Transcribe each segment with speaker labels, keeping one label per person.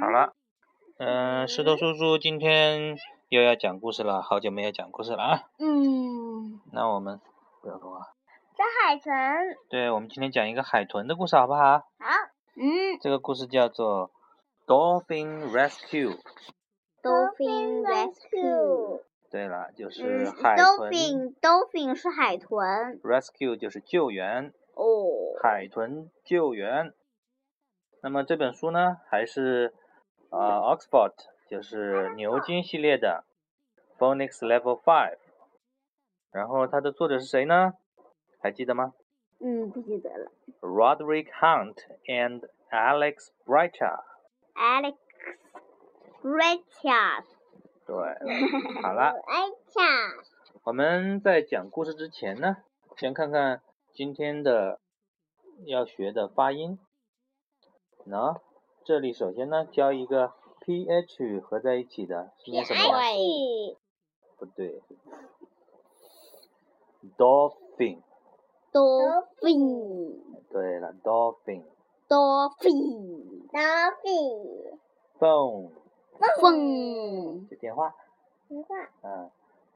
Speaker 1: 好了，嗯、石头叔叔今天又要讲故事了，好久没有讲故事了啊。
Speaker 2: 嗯，
Speaker 1: 那我们不要说话。
Speaker 2: 小海豚，
Speaker 1: 对，我们今天讲一个海豚的故事，好不好？
Speaker 2: 好，嗯
Speaker 1: 这个故事叫做《Dolphin Rescue》。
Speaker 2: ，dolphin rescue，
Speaker 1: 对了，就是
Speaker 2: 嗯
Speaker 1: 海豚
Speaker 2: ，dolphin dolphin 是海豚
Speaker 1: rescue 就是救援，
Speaker 2: 哦，
Speaker 1: 海豚救援。那么这本书呢，还是呃 Oxford 就是牛津系列的 Phonics Level Five。然后它的作者是谁呢？还记得吗？
Speaker 2: 嗯，不记得了
Speaker 1: Roderick Hunt and Alex Brighter。
Speaker 2: ，Alex Richard，
Speaker 1: 对，好了，
Speaker 2: ，Richard，
Speaker 1: 我们在讲故事之前呢，先看看今天的要学的发音。喏，这里首先呢教一个 ph 合在一起的是念什么呢？不对，dolphin。
Speaker 2: dolphin
Speaker 1: 对了，dolphin。
Speaker 2: dolphin dolphin
Speaker 1: phone
Speaker 2: 凤
Speaker 1: 就电话，
Speaker 2: 什么
Speaker 1: 嗯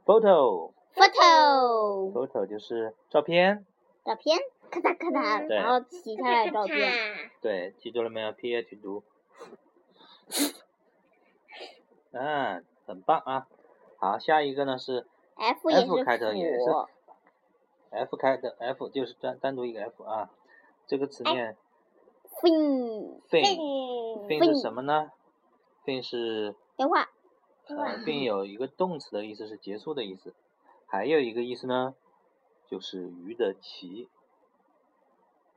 Speaker 1: ，photo
Speaker 2: photo
Speaker 1: photo 就是照片。
Speaker 2: 照片，咔嚓咔嚓，
Speaker 1: 对
Speaker 2: 然后洗下来照片。
Speaker 1: 对，记住了没有？ph 读。嗯，很棒啊！好，下一个呢是
Speaker 2: F
Speaker 1: F
Speaker 2: 也是
Speaker 1: 开头也是
Speaker 2: 斧
Speaker 1: f 开的 f，就是单单独一个 f 啊。这个词念
Speaker 2: fin
Speaker 1: fin，fin 是什么呢？fin 是
Speaker 2: 等会儿
Speaker 1: 呃，fin 有一个动词的意思是结束的意思，还有一个意思呢，就是鱼的鳍，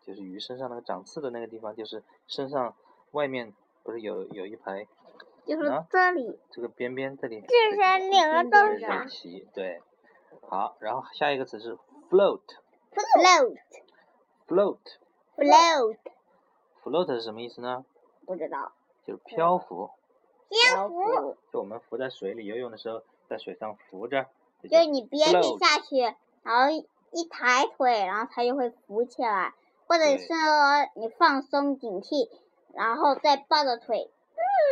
Speaker 1: 就是鱼身上那个长刺的那个地方，就是身上外面不是有有一排
Speaker 2: 就是
Speaker 1: 啊
Speaker 2: 这里，
Speaker 1: 这个边边这里，
Speaker 2: 这是两个
Speaker 1: 这
Speaker 2: 都
Speaker 1: 是
Speaker 2: 是啥
Speaker 1: 鳍，对。好，然后下一个词是 float，float，float
Speaker 2: ？float float
Speaker 1: 是什么意思呢？
Speaker 2: 不知道，
Speaker 1: 就是漂浮，
Speaker 2: 漂浮
Speaker 1: 就我们浮在水里游泳的时候，在水上浮着，这
Speaker 2: 就是
Speaker 1: 就
Speaker 2: 你憋力
Speaker 1: float
Speaker 2: 下去，然后一一抬腿，然后它就会浮起来，或者
Speaker 1: 对
Speaker 2: 是说你放松警惕，然后再抱着腿，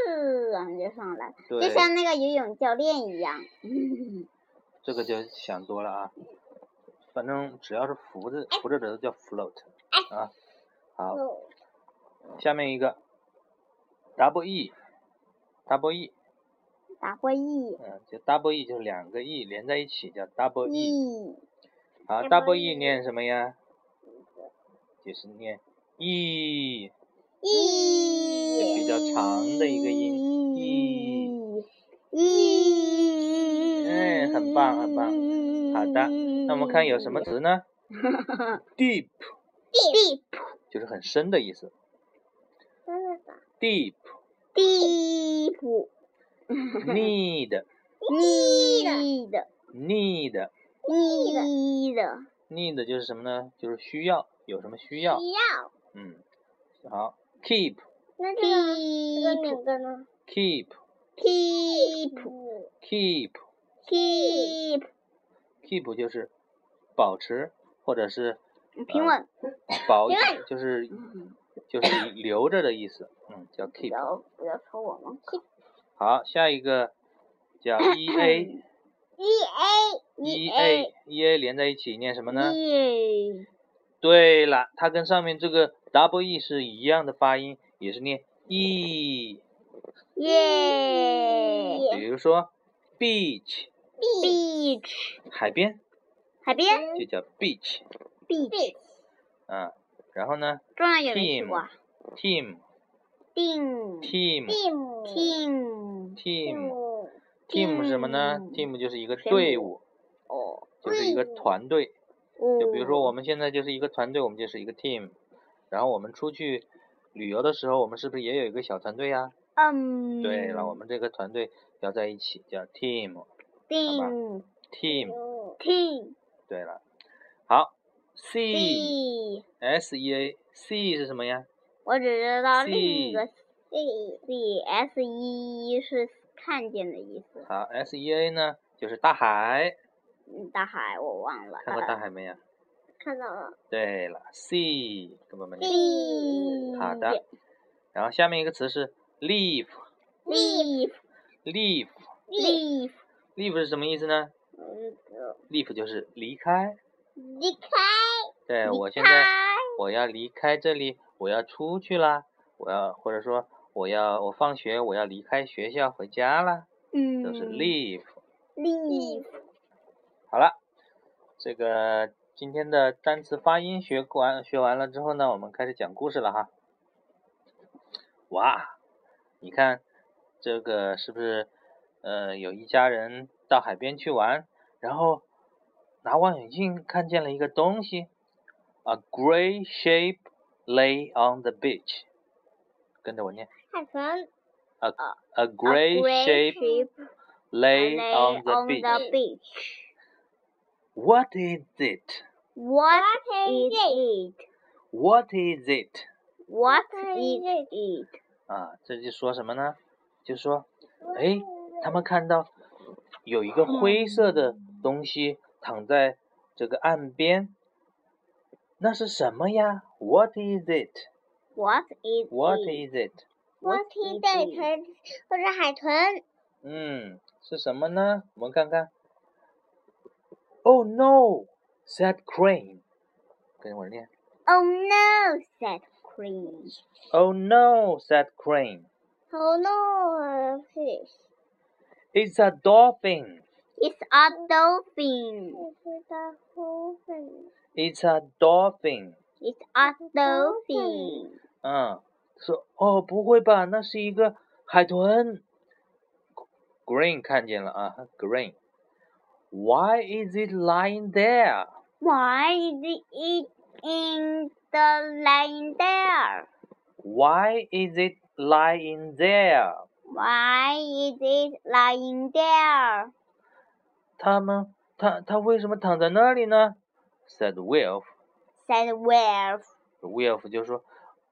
Speaker 2: 嗯，然后就上来，就
Speaker 1: 对，
Speaker 2: 像那个游泳教练一样。嗯
Speaker 1: 这个就想多了啊。反正只要是浮着浮着的都叫 float
Speaker 2: 哎
Speaker 1: 啊。好，下面一个 double e，double e，
Speaker 2: 打过 E
Speaker 1: 嗯，就 double e 就是两个 e 连在一起叫 double e。
Speaker 2: E
Speaker 1: 好
Speaker 2: double
Speaker 1: ，double e
Speaker 2: E
Speaker 1: 念什么呀？就是念 e，
Speaker 2: E，
Speaker 1: 比较长的一个音 E
Speaker 2: E，
Speaker 1: 嗯很棒很棒好的那我们看有什么 词呢？deep
Speaker 2: deep
Speaker 1: 就是很深的意思，deep
Speaker 2: deep
Speaker 1: need
Speaker 2: need
Speaker 1: need
Speaker 2: need
Speaker 1: need 就是什么呢？就是需要，有什么需要？
Speaker 2: 要
Speaker 1: 嗯，好，keep
Speaker 2: 那这个两个呢
Speaker 1: keep
Speaker 2: ？keep
Speaker 1: keep
Speaker 2: keep
Speaker 1: keep 就是保持或者是呃
Speaker 2: 平稳嗯
Speaker 1: 保
Speaker 2: 另，
Speaker 1: 就是就是留着的意思，嗯，叫
Speaker 2: 不
Speaker 1: keep。
Speaker 2: 要不要吵我们
Speaker 1: 好，下一个 叫 e a
Speaker 2: E
Speaker 1: e
Speaker 2: A
Speaker 1: a e a 连在一起念什么呢？
Speaker 2: E
Speaker 1: 对了，它跟上面这个 double e 是一样的发音，也是念 e。
Speaker 2: 耶
Speaker 1: 比如说 beach
Speaker 2: beach
Speaker 1: 海边
Speaker 2: 海边
Speaker 1: 就叫 beach，
Speaker 2: beach
Speaker 1: 嗯，然后呢
Speaker 2: 重要有人去过
Speaker 1: team team
Speaker 2: team
Speaker 1: team
Speaker 2: team
Speaker 1: team team 是什么呢
Speaker 2: 嗯
Speaker 1: ？team 就是一个
Speaker 2: 全
Speaker 1: 队
Speaker 2: 部
Speaker 1: 伍，
Speaker 2: 哦
Speaker 1: 就是一个
Speaker 2: 队伍
Speaker 1: 团队。就比如说
Speaker 2: 我
Speaker 1: 我们现在就是一个团队，我们就是一个 team。然后我们出去旅游的时候，我们是不是也有一个小团队呀？
Speaker 2: 嗯
Speaker 1: 对了，我们这个团队要在一起，叫 team
Speaker 2: team
Speaker 1: team。
Speaker 2: team
Speaker 1: 对了，好，c
Speaker 2: C
Speaker 1: s e a c 是什么呀？
Speaker 2: 我只知道
Speaker 1: C
Speaker 2: 另一个 C C S E 是看见的意思
Speaker 1: 好，S E A 呢，就是大海，
Speaker 2: 嗯大海我忘了呃
Speaker 1: 看过大海没有？
Speaker 2: 看到了
Speaker 1: 对了，sea，根本没念。
Speaker 2: C
Speaker 1: 好的，然后下面一个词是 leaf
Speaker 2: leaf
Speaker 1: leaf
Speaker 2: leaf，
Speaker 1: leaf 是什么意思呢
Speaker 2: 嗯，
Speaker 1: ？leaf 就是离开。
Speaker 2: 离开，
Speaker 1: 对
Speaker 2: 离
Speaker 1: 哎我现在
Speaker 2: 开，
Speaker 1: 我要离开这里，我要出去啦，我要或者说我要我放学我要离开学校回家啦，
Speaker 2: 嗯，
Speaker 1: 都是 leave。
Speaker 2: leaf，
Speaker 1: 好了，这个今天的单词发音学完学完了之后呢，我们开始讲故事了哈。哇，你看这个是不是呃有一家人到海边去玩，然后拿望远镜看见了一个东西，a gray shape lay on the beach。跟着我念
Speaker 2: 海豚
Speaker 1: 啊，a gray shape lay on the beach。What is it?
Speaker 2: What is it?
Speaker 1: What is it?
Speaker 2: What
Speaker 3: is
Speaker 2: is it?
Speaker 1: 啊，这就说什么呢？就说，哎，他们看到有一个灰色的东西躺在这个岸边，那是什么呀？What is it?
Speaker 2: What is
Speaker 1: What
Speaker 2: it?
Speaker 1: is it?
Speaker 3: 我听这里豚或者海豚，
Speaker 1: 嗯，是什么呢？我们看看。Oh no! said Crane。跟我念。
Speaker 2: Oh no! said Crane.
Speaker 1: Oh no! said Crane.
Speaker 2: Oh,
Speaker 3: 好弄是
Speaker 1: It's a dolphin.
Speaker 2: It's a dolphin.
Speaker 3: 我知道红粉，
Speaker 1: It's a dolphin.
Speaker 2: It's a dolphin.
Speaker 1: 嗯，说哦，不会吧？那是一个海豚。Green 看见了啊，Green。Why is it lying there？
Speaker 2: Why is it in the line there?
Speaker 1: Why is it lying there？
Speaker 2: Why is it lying there?
Speaker 1: 他们，他他为什么躺在那里呢？said Wolf。
Speaker 2: said Wolf.
Speaker 1: Wolf 就说，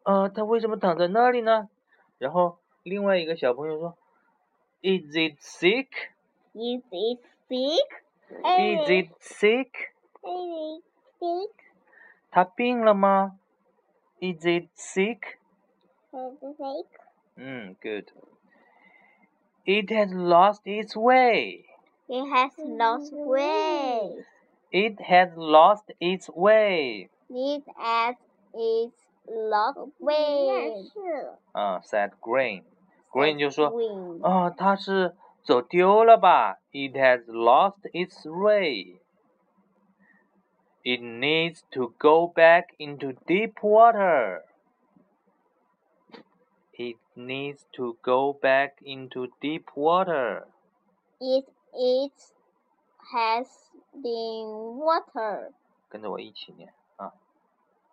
Speaker 1: 呃，他为什么躺在那里呢？然后另外一个小朋友说，Is it
Speaker 2: Is
Speaker 1: sick？Is
Speaker 2: it sick?
Speaker 3: 哎，哎，
Speaker 1: it sick？
Speaker 3: 你
Speaker 1: 他病了吗？Is it sick？
Speaker 3: 和谁？
Speaker 1: Mm, good. It has lost its way.
Speaker 2: It has lost way.
Speaker 1: It has lost its way.
Speaker 2: It has its lost
Speaker 3: 也
Speaker 2: way.
Speaker 3: 是，
Speaker 1: 啊、s a i d Green. Green 就说
Speaker 2: Green.
Speaker 1: 啊，它是走丢了吧？It has lost its way. It needs to go back into deep water. It needs to go back into deep water.
Speaker 2: It it has been water.
Speaker 1: 跟着我一起念啊，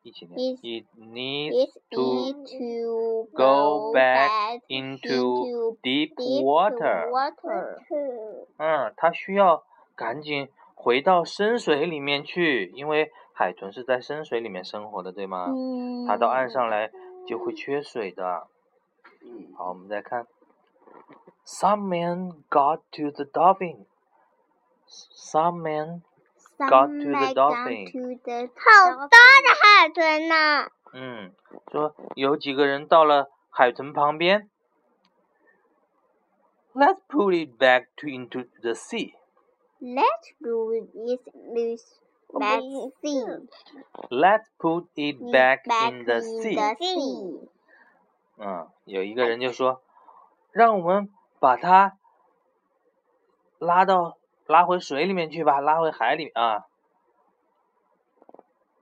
Speaker 1: 一起念。
Speaker 2: Is-
Speaker 1: It needs
Speaker 2: It
Speaker 1: to
Speaker 2: need to
Speaker 1: go
Speaker 2: go
Speaker 1: back
Speaker 2: back
Speaker 1: into deep
Speaker 2: deep
Speaker 1: water。
Speaker 2: water.
Speaker 3: 是
Speaker 1: 嗯，它需要赶紧回到深水里面去，因为海豚是在深水里面生活的，对吗？它到岸上来就会缺水的。好，我们再看。Some men got to the dolphin. Some men，Got to the
Speaker 2: Mm, Some
Speaker 1: dolphin.
Speaker 2: to the
Speaker 3: 好大的海豚呐，
Speaker 1: 嗯，说有几个人到了海豚旁边。Let's put it back to into the sea.
Speaker 2: Let's do this loose. Let's see.
Speaker 1: Let's put it back in the
Speaker 2: in
Speaker 1: sea.
Speaker 2: the
Speaker 3: sea.
Speaker 2: sea.
Speaker 1: 嗯，有一个人就说，让我们把它拉到拉回水里面去吧，拉回海里啊。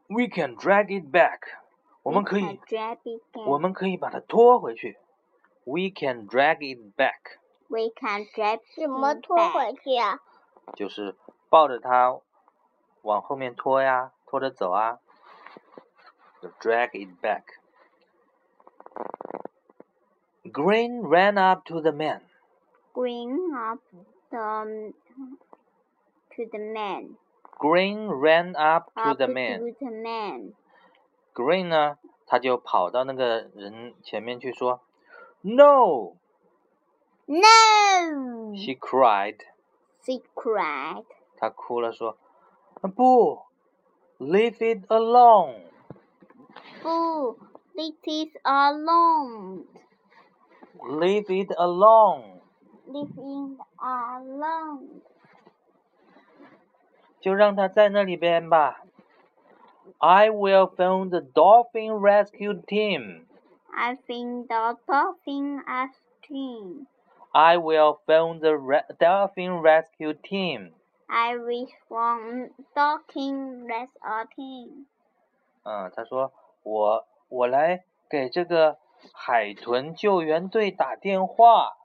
Speaker 1: We can drag it back. 我们可
Speaker 2: We
Speaker 1: 以
Speaker 2: can，drag it back.
Speaker 1: 我们可以把它拖回去。We can drag it back.
Speaker 2: We can drag
Speaker 3: 怎么拖回去啊？
Speaker 1: 就是抱着它往后面拖呀，拖着走啊，就 drag it back. Green ran up to the man.
Speaker 2: Bring up the to the man.
Speaker 1: Green ran up to
Speaker 2: Up
Speaker 1: the man.
Speaker 2: To the man.
Speaker 1: Green 呢，他就跑到那个人前面去说，No!
Speaker 2: No!
Speaker 1: She cried.
Speaker 2: She cried.
Speaker 1: 他哭了说，不，Leave it alone.
Speaker 2: Boo! This is alone.
Speaker 1: Leave it alone，
Speaker 2: Leave it alone.
Speaker 1: 就让它在那里边吧。I will phone the dolphin rescue team.
Speaker 2: I think the dolphin is clean.
Speaker 1: I will phone the re- dolphin rescue team.
Speaker 2: I wish from talking less a team.
Speaker 1: 嗯，他说我我来给这个海豚救援队打电话。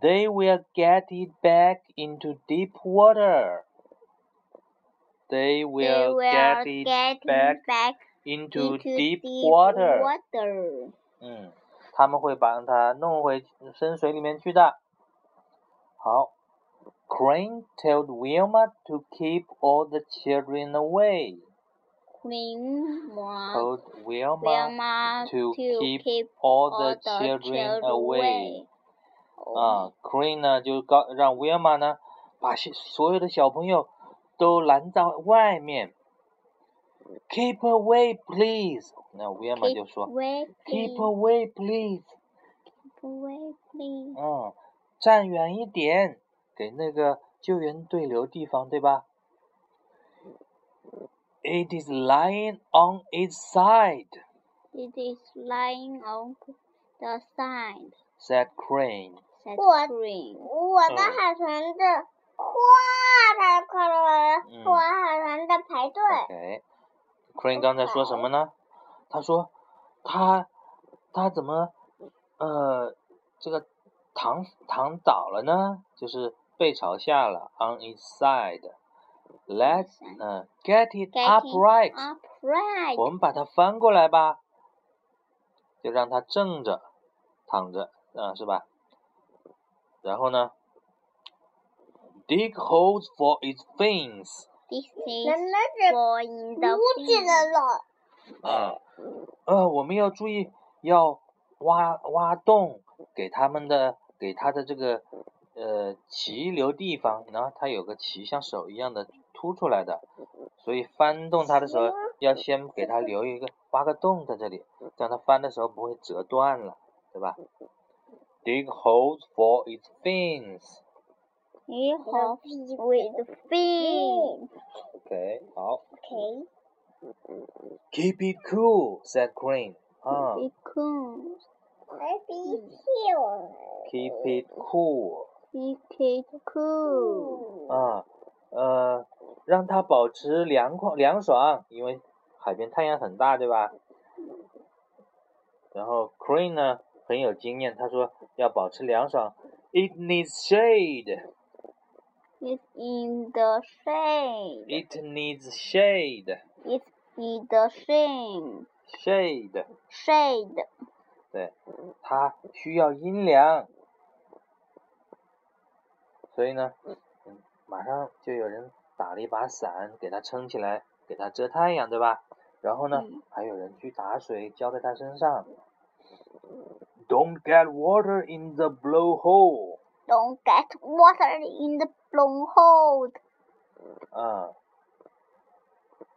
Speaker 1: They will get it back into deep water. They
Speaker 2: they
Speaker 1: will
Speaker 2: will
Speaker 1: get it
Speaker 2: get
Speaker 1: back
Speaker 2: back
Speaker 1: into
Speaker 2: into
Speaker 1: deep water.
Speaker 2: water.
Speaker 1: 嗯，他们会把它弄回深水里面去的。好，Crane told Wilma to keep all the children away.
Speaker 2: Clean water.
Speaker 1: Told Wilma
Speaker 2: Wilma
Speaker 1: to keep
Speaker 2: keep all
Speaker 1: all the
Speaker 2: the
Speaker 1: children
Speaker 2: children
Speaker 1: away. Ah,
Speaker 2: away. Oh,
Speaker 1: 啊，Crane 呢就告让 Wilma 呢把小所有的小朋友都拦在外面。Keep away, please。那 Wilma 就说
Speaker 2: away, please.
Speaker 1: Keep away, please。
Speaker 2: away, please.
Speaker 1: 嗯，站远一点，给那个救援队留地方，对吧？It is lying on its side,"
Speaker 2: It is lying on the side,
Speaker 1: said Crane.
Speaker 2: said
Speaker 3: What?
Speaker 2: Green.
Speaker 3: 我的
Speaker 1: 嗯
Speaker 3: 海豚的，哇，太快了！
Speaker 1: 嗯
Speaker 3: 我的海豚在排队。
Speaker 1: OK。Crane 刚才说什么呢？他说，他他怎么呃这个躺躺倒了呢？就是背朝下了，on its side。Let's 嗯、get
Speaker 2: Get
Speaker 1: it
Speaker 2: it
Speaker 1: upright。
Speaker 2: Upright.
Speaker 1: 我们把它翻过来吧，就让它正着躺着，嗯、是吧？然后呢，dig holes for its fins，
Speaker 2: This is
Speaker 3: 人类是
Speaker 2: for in the
Speaker 3: 无知
Speaker 2: field.
Speaker 3: 的了，
Speaker 1: 啊、呃，我们要注意，要挖挖洞，给它们的给它的这个呃鳍留地方，然后它有个鳍像手一样的凸出来的，所以翻动它的时候要先给它留一个挖个洞在这里，这样它翻的时候不会折断了，对吧？Dig holes for its fins。
Speaker 2: You have
Speaker 3: 皮
Speaker 2: with fin.
Speaker 1: OK，好。
Speaker 3: OK。
Speaker 1: Keep it cool, said Crane. 啊
Speaker 2: Be cool.
Speaker 3: 而鼻涕我。
Speaker 1: ，Keep it cool.
Speaker 2: Hmm. Be keep cool.
Speaker 1: 啊，呃，让它保持凉快凉爽，因为海边太阳很大，对吧？然后 Crane 呢很有经验，他说要保持凉爽，It needs shade,
Speaker 2: It's in the shade.
Speaker 1: Hmm. it needs shade,
Speaker 2: It's in the shade.
Speaker 1: shade，
Speaker 2: Shade.
Speaker 1: 对，它需要阴凉，所以呢，嗯马上就有人打了一把伞给它撑起来，给它遮太阳，对吧？然后呢，
Speaker 2: 嗯
Speaker 1: 还有人去打水浇在它身上。Don't get water in the blowhole，
Speaker 2: Don't get water in the blowhole.
Speaker 1: 啊、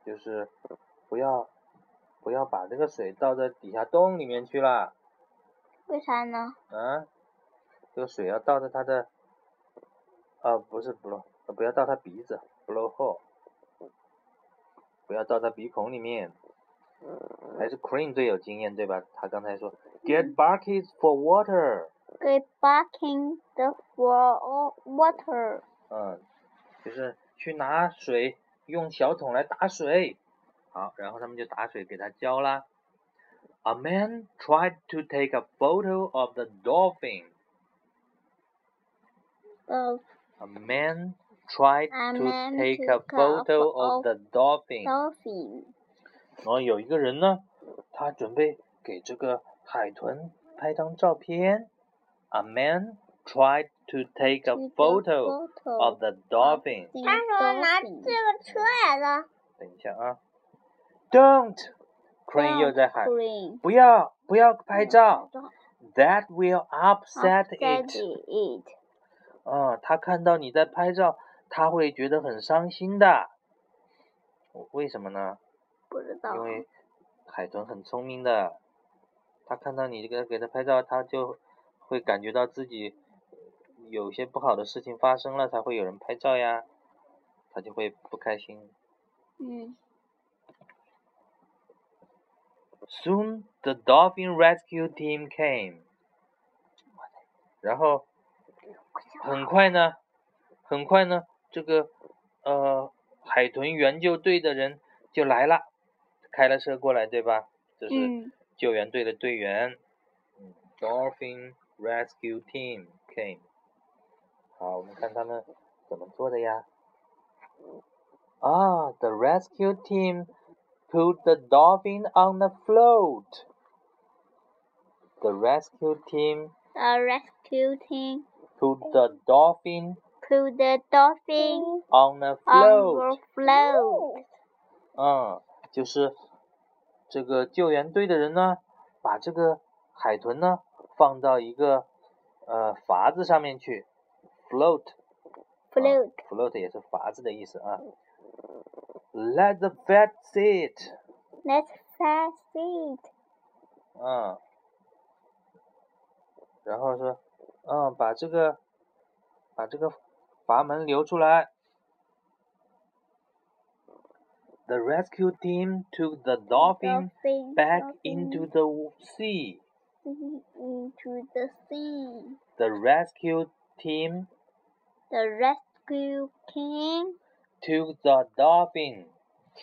Speaker 1: 就是不要不要把这个水倒到底下洞里面去了，
Speaker 2: 为啥呢？
Speaker 1: 啊，这个水要倒到它的，啊，不是 blow，呃不要到它鼻子 blowhole，不要到它鼻孔里面，还是 Crane 最有经验对吧？他刚才说 get buckets for water，
Speaker 2: Get back in the for water.
Speaker 1: 嗯，就是去拿水，用小桶来打水。好，然后他们就打水给它浇啦。A man tried to take a photo of the dolphin.
Speaker 2: The
Speaker 1: A man tried
Speaker 2: A
Speaker 1: to
Speaker 2: man
Speaker 1: take a
Speaker 2: took a
Speaker 1: photo
Speaker 2: photo
Speaker 1: of the dolphin. 然
Speaker 2: dolphin.
Speaker 1: 后有一个人呢，他准备给这个海豚拍张照片。A man tried to take a
Speaker 2: Took a
Speaker 1: photo
Speaker 2: photo
Speaker 1: of the dolphin.
Speaker 3: 他说拿这
Speaker 2: dolphin.
Speaker 3: 个车来了，
Speaker 1: 等一下啊，Don't Crane 又
Speaker 2: Don't
Speaker 1: 在喊，
Speaker 2: Crane.
Speaker 1: 不要不要拍照
Speaker 2: 照
Speaker 1: ，That will upset
Speaker 2: Upset
Speaker 1: it。
Speaker 2: it.
Speaker 1: 嗯，他看到你在拍照，他会觉得很伤心的。为什么呢？
Speaker 2: 不知道
Speaker 1: 哦因。为海豚很聪明的，他看到你这个给他拍照，他就会感觉到自己有些不好的事情发生了，才会有人拍照呀，他就会不开心。
Speaker 3: 嗯
Speaker 1: Soon the dolphin rescue team came。然后很快呢，很快呢，这个呃海豚援救队的人就来了，开了车过来，对吧？这是
Speaker 3: 嗯
Speaker 1: 救援队的队员。嗯 Dolphin rescue team came。好，我们看他们怎么做的呀？啊，the rescue team put the dolphin on the float. The rescue team
Speaker 3: ，the rescue team
Speaker 1: put the dolphin
Speaker 3: put the dolphin
Speaker 1: on a
Speaker 3: on
Speaker 1: float。
Speaker 3: the float。
Speaker 1: 嗯，就是这个救援队的人呢，把这个海豚呢放到一个呃筏子上面去，float。
Speaker 3: float。
Speaker 1: float 也是筏子的意思啊。Let the fat sit。
Speaker 3: Let's fast it。
Speaker 1: 嗯，然后说，嗯，把这个，把这个阀门留出来。The rescue team took the dolphin
Speaker 3: Dolphin
Speaker 1: back
Speaker 3: dolphin
Speaker 1: into the w- sea.
Speaker 3: into the sea.
Speaker 1: The rescue team
Speaker 3: The rescue came
Speaker 1: took the dolphin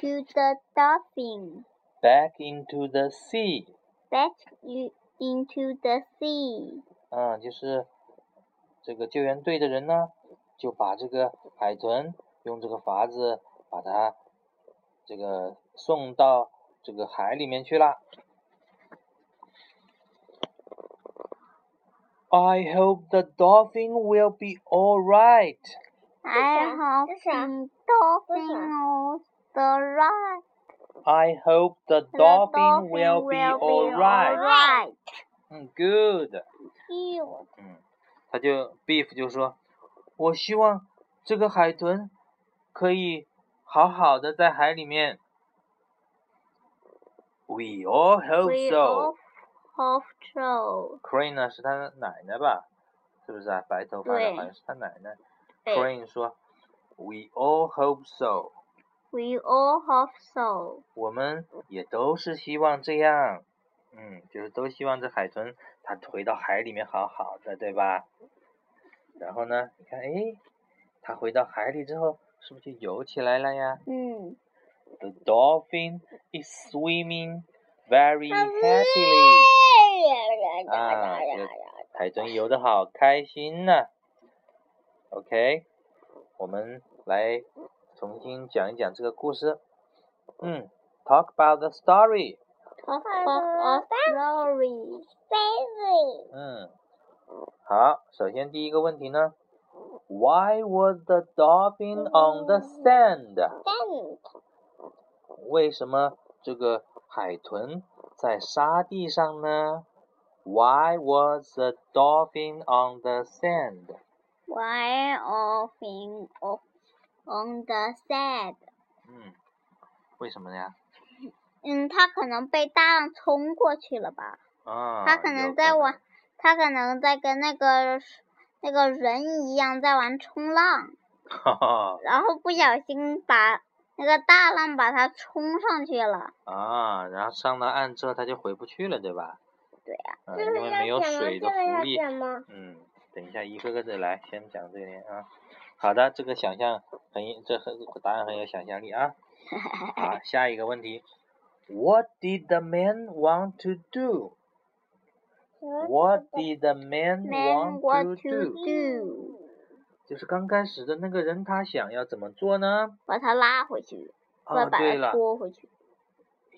Speaker 3: to the dolphin
Speaker 1: back into the sea.
Speaker 3: back you into the sea.
Speaker 1: 嗯，就是这个救援队的人呢，就把这个海豚用这个筏子把它这个送到这个海里面去了。I hope the dolphin will be all right。
Speaker 3: I have
Speaker 2: 这是啊这
Speaker 3: been
Speaker 2: 是
Speaker 3: dolphin
Speaker 2: 啊
Speaker 3: on the right.
Speaker 1: I hope the
Speaker 3: The
Speaker 1: dolphin will be all
Speaker 3: all
Speaker 1: right。
Speaker 3: right.
Speaker 1: 嗯，good。
Speaker 2: Cute.
Speaker 1: 嗯，他就 Beef 就说，我希望这个海豚可以好好的在海里面。We all hope
Speaker 3: We
Speaker 1: so
Speaker 3: all。have so.
Speaker 1: Crane 呢是他的奶奶吧？是不是啊？白头发的
Speaker 3: 对
Speaker 1: 好像是他奶奶。
Speaker 3: 对
Speaker 1: Crane 说，We all hope so。
Speaker 3: We all have so.
Speaker 1: 我们也都是希望这样。嗯，就是都希望这海豚它回到海里面好好的，对吧？然后呢，你看，诶，它回到海里之后，是不是就游起来了呀
Speaker 3: 嗯，
Speaker 1: ？The dolphin is swimming very happily。啊，
Speaker 3: 哎
Speaker 1: 这海豚游得好开心呐。OK，我们来重新讲一讲这个故事。嗯，Talk about the story。
Speaker 3: Talk
Speaker 2: Hello,
Speaker 3: about a story.
Speaker 2: Baby.
Speaker 1: 嗯，好，首先第一个问题呢，Why was the dolphin on the sand？
Speaker 2: Then.
Speaker 1: 为什么这个海豚在沙地上呢？Why was the dolphin on the sand？
Speaker 3: Why all thing of on the sand？
Speaker 1: 嗯，为什么呀？
Speaker 3: 嗯，它可能被大浪冲过去了吧？
Speaker 1: 啊，
Speaker 3: 它可能
Speaker 1: 有
Speaker 3: 在
Speaker 1: 能
Speaker 3: 玩，它可能在跟那个那个人一样在玩冲浪，
Speaker 1: 哈哈
Speaker 3: 然后不小心把那个大浪把它冲上去了。
Speaker 1: 啊，然后上到岸之后它就回不去了，对吧？
Speaker 3: 对
Speaker 1: 呀、嗯，
Speaker 2: 这
Speaker 1: 因
Speaker 2: 个
Speaker 1: 为没有
Speaker 2: 要怎么？
Speaker 1: 水
Speaker 2: 这
Speaker 1: 的
Speaker 2: 个
Speaker 1: 浮
Speaker 2: 要
Speaker 1: 力，
Speaker 2: 怎么？
Speaker 1: 嗯，等一下，一个个的来，先讲这边啊。好的，这个想象很，这很答案很有想象力 啊。好，下一个问题，What did the man want to do? What did the man want
Speaker 3: Man,
Speaker 1: to
Speaker 3: what to
Speaker 1: do?
Speaker 3: do？
Speaker 1: 就是刚开始的那个人，他想要怎么做呢？
Speaker 3: 把它拉回去，或
Speaker 1: 哦，
Speaker 3: 者把
Speaker 1: 对
Speaker 3: 它
Speaker 1: 了
Speaker 3: 拖回去。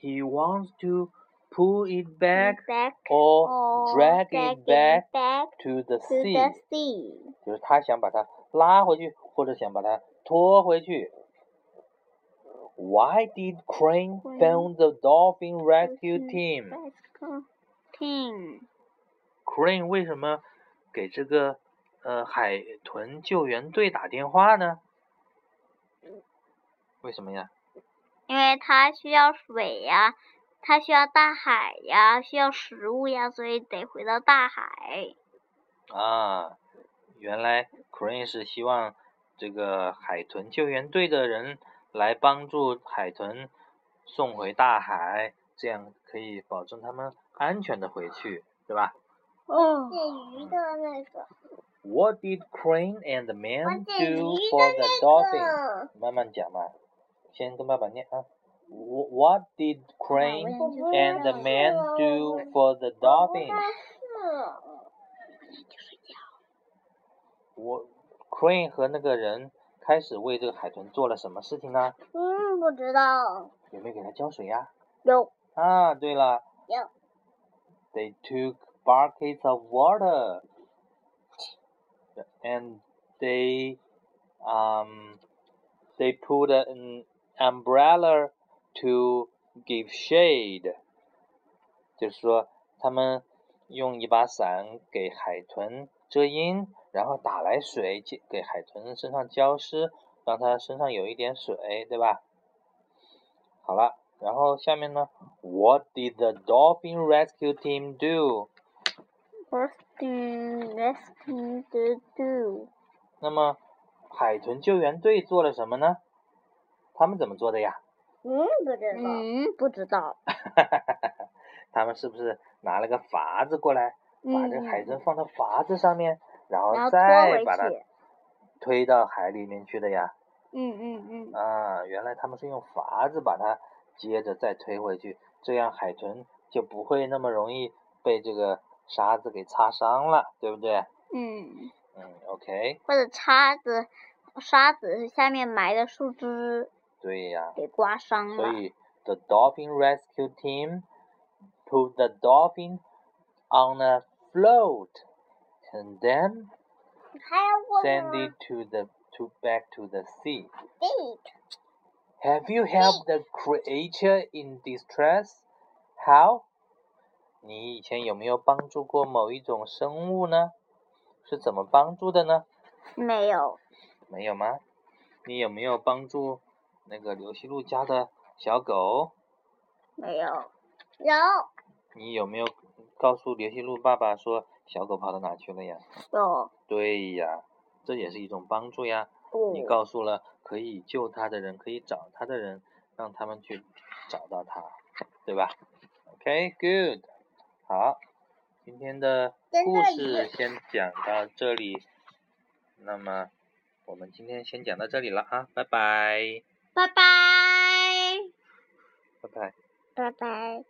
Speaker 1: ，He wants to pull it back
Speaker 3: back
Speaker 1: or
Speaker 3: or
Speaker 1: drag
Speaker 3: drag
Speaker 1: it back
Speaker 3: it back
Speaker 1: to the
Speaker 3: to the
Speaker 1: sea。
Speaker 3: sea.
Speaker 1: 就是他想把它拉回去，或者想把它拖回去。Why did Crane
Speaker 3: Crane
Speaker 1: found the dolphin rescue
Speaker 3: Rescue
Speaker 1: team?
Speaker 3: Rescue team.
Speaker 1: Crane 为什么给这个呃海豚救援队打电话呢？为什么呀？
Speaker 3: 因为它需要水呀、它需要大海呀，需要食物呀，所以得回到大海。
Speaker 1: 啊，原来 Crane 是希望这个海豚救援队的人来帮助海豚送回大海，这样可以保证他们安全的回去，对吧
Speaker 2: 哦，
Speaker 3: 借鱼的那个，
Speaker 1: ？What did Crane and the man
Speaker 3: 我捡鱼
Speaker 1: do
Speaker 3: 的
Speaker 1: for the
Speaker 3: 嗯
Speaker 1: dolphin？慢慢讲嘛，先跟爸爸念啊。Wh- What did Crane
Speaker 2: 我也
Speaker 1: and the man do for the dolphin？我 Crane 和那个人开始为这个海豚做了什么事情呢？
Speaker 3: 嗯，不知道。
Speaker 1: 有没有给它浇水呀、
Speaker 2: 有
Speaker 1: 啊，对了
Speaker 3: 有。
Speaker 1: They took buckets of water and they um they put an umbrella to give shade，就是说他们用一把伞给海豚遮阴，然后打来水给给海豚身上浇湿，让它身上有一点水，对吧？好了，然后下面呢？What did the dolphin rescue team do？
Speaker 3: First thing, let's do to do.
Speaker 1: 那么海豚救援队做了什么呢？他们怎么做的呀？
Speaker 2: 嗯，不知道，
Speaker 3: 嗯，不知道。
Speaker 1: 他们是不是拿了个筏子过来，把这个海
Speaker 3: 嗯，
Speaker 1: 豚放到筏子上面，然
Speaker 3: 然后
Speaker 1: 后
Speaker 3: 拖
Speaker 1: 再
Speaker 3: 回
Speaker 1: 把它
Speaker 3: 去。
Speaker 1: 推到海里面去的呀？
Speaker 3: 嗯嗯嗯，
Speaker 1: 啊，原来他们是用筏子把它接着再推回去，这样海豚就不会那么容易被这个沙子给擦伤了，对不对？
Speaker 3: 嗯，
Speaker 1: 嗯，OK，
Speaker 3: 或者叉子、沙子下面埋的树枝
Speaker 1: 对呀、
Speaker 3: 给刮伤
Speaker 1: 所
Speaker 3: 了。
Speaker 1: 以，the dolphin rescue team put the dolphin on a float and then
Speaker 3: 还要
Speaker 1: send it to the to back to the sea.
Speaker 3: Big.
Speaker 1: Have you helped the creature in distress? How? 你以前有没有帮助过某一种生物呢？是怎么帮助的呢？
Speaker 3: 没有。
Speaker 1: 没有吗？你有没有帮助那个刘西路家的小狗？
Speaker 3: 没有，
Speaker 2: 有
Speaker 1: 你有没有告诉刘西路爸爸说小狗跑到哪去了呀？
Speaker 3: 有
Speaker 1: 对呀，这也是一种帮助呀。你
Speaker 3: 不
Speaker 1: 告诉了可以救他的人，可以找他的人，让他们去找到他，对吧？OK，good，、好，今天的
Speaker 2: 真
Speaker 1: 故
Speaker 2: 的
Speaker 1: 事
Speaker 2: 也
Speaker 1: 先讲到这里，那么我们今天先讲到这里了啊，拜拜，
Speaker 3: 拜拜，
Speaker 1: 拜拜。
Speaker 3: 拜拜。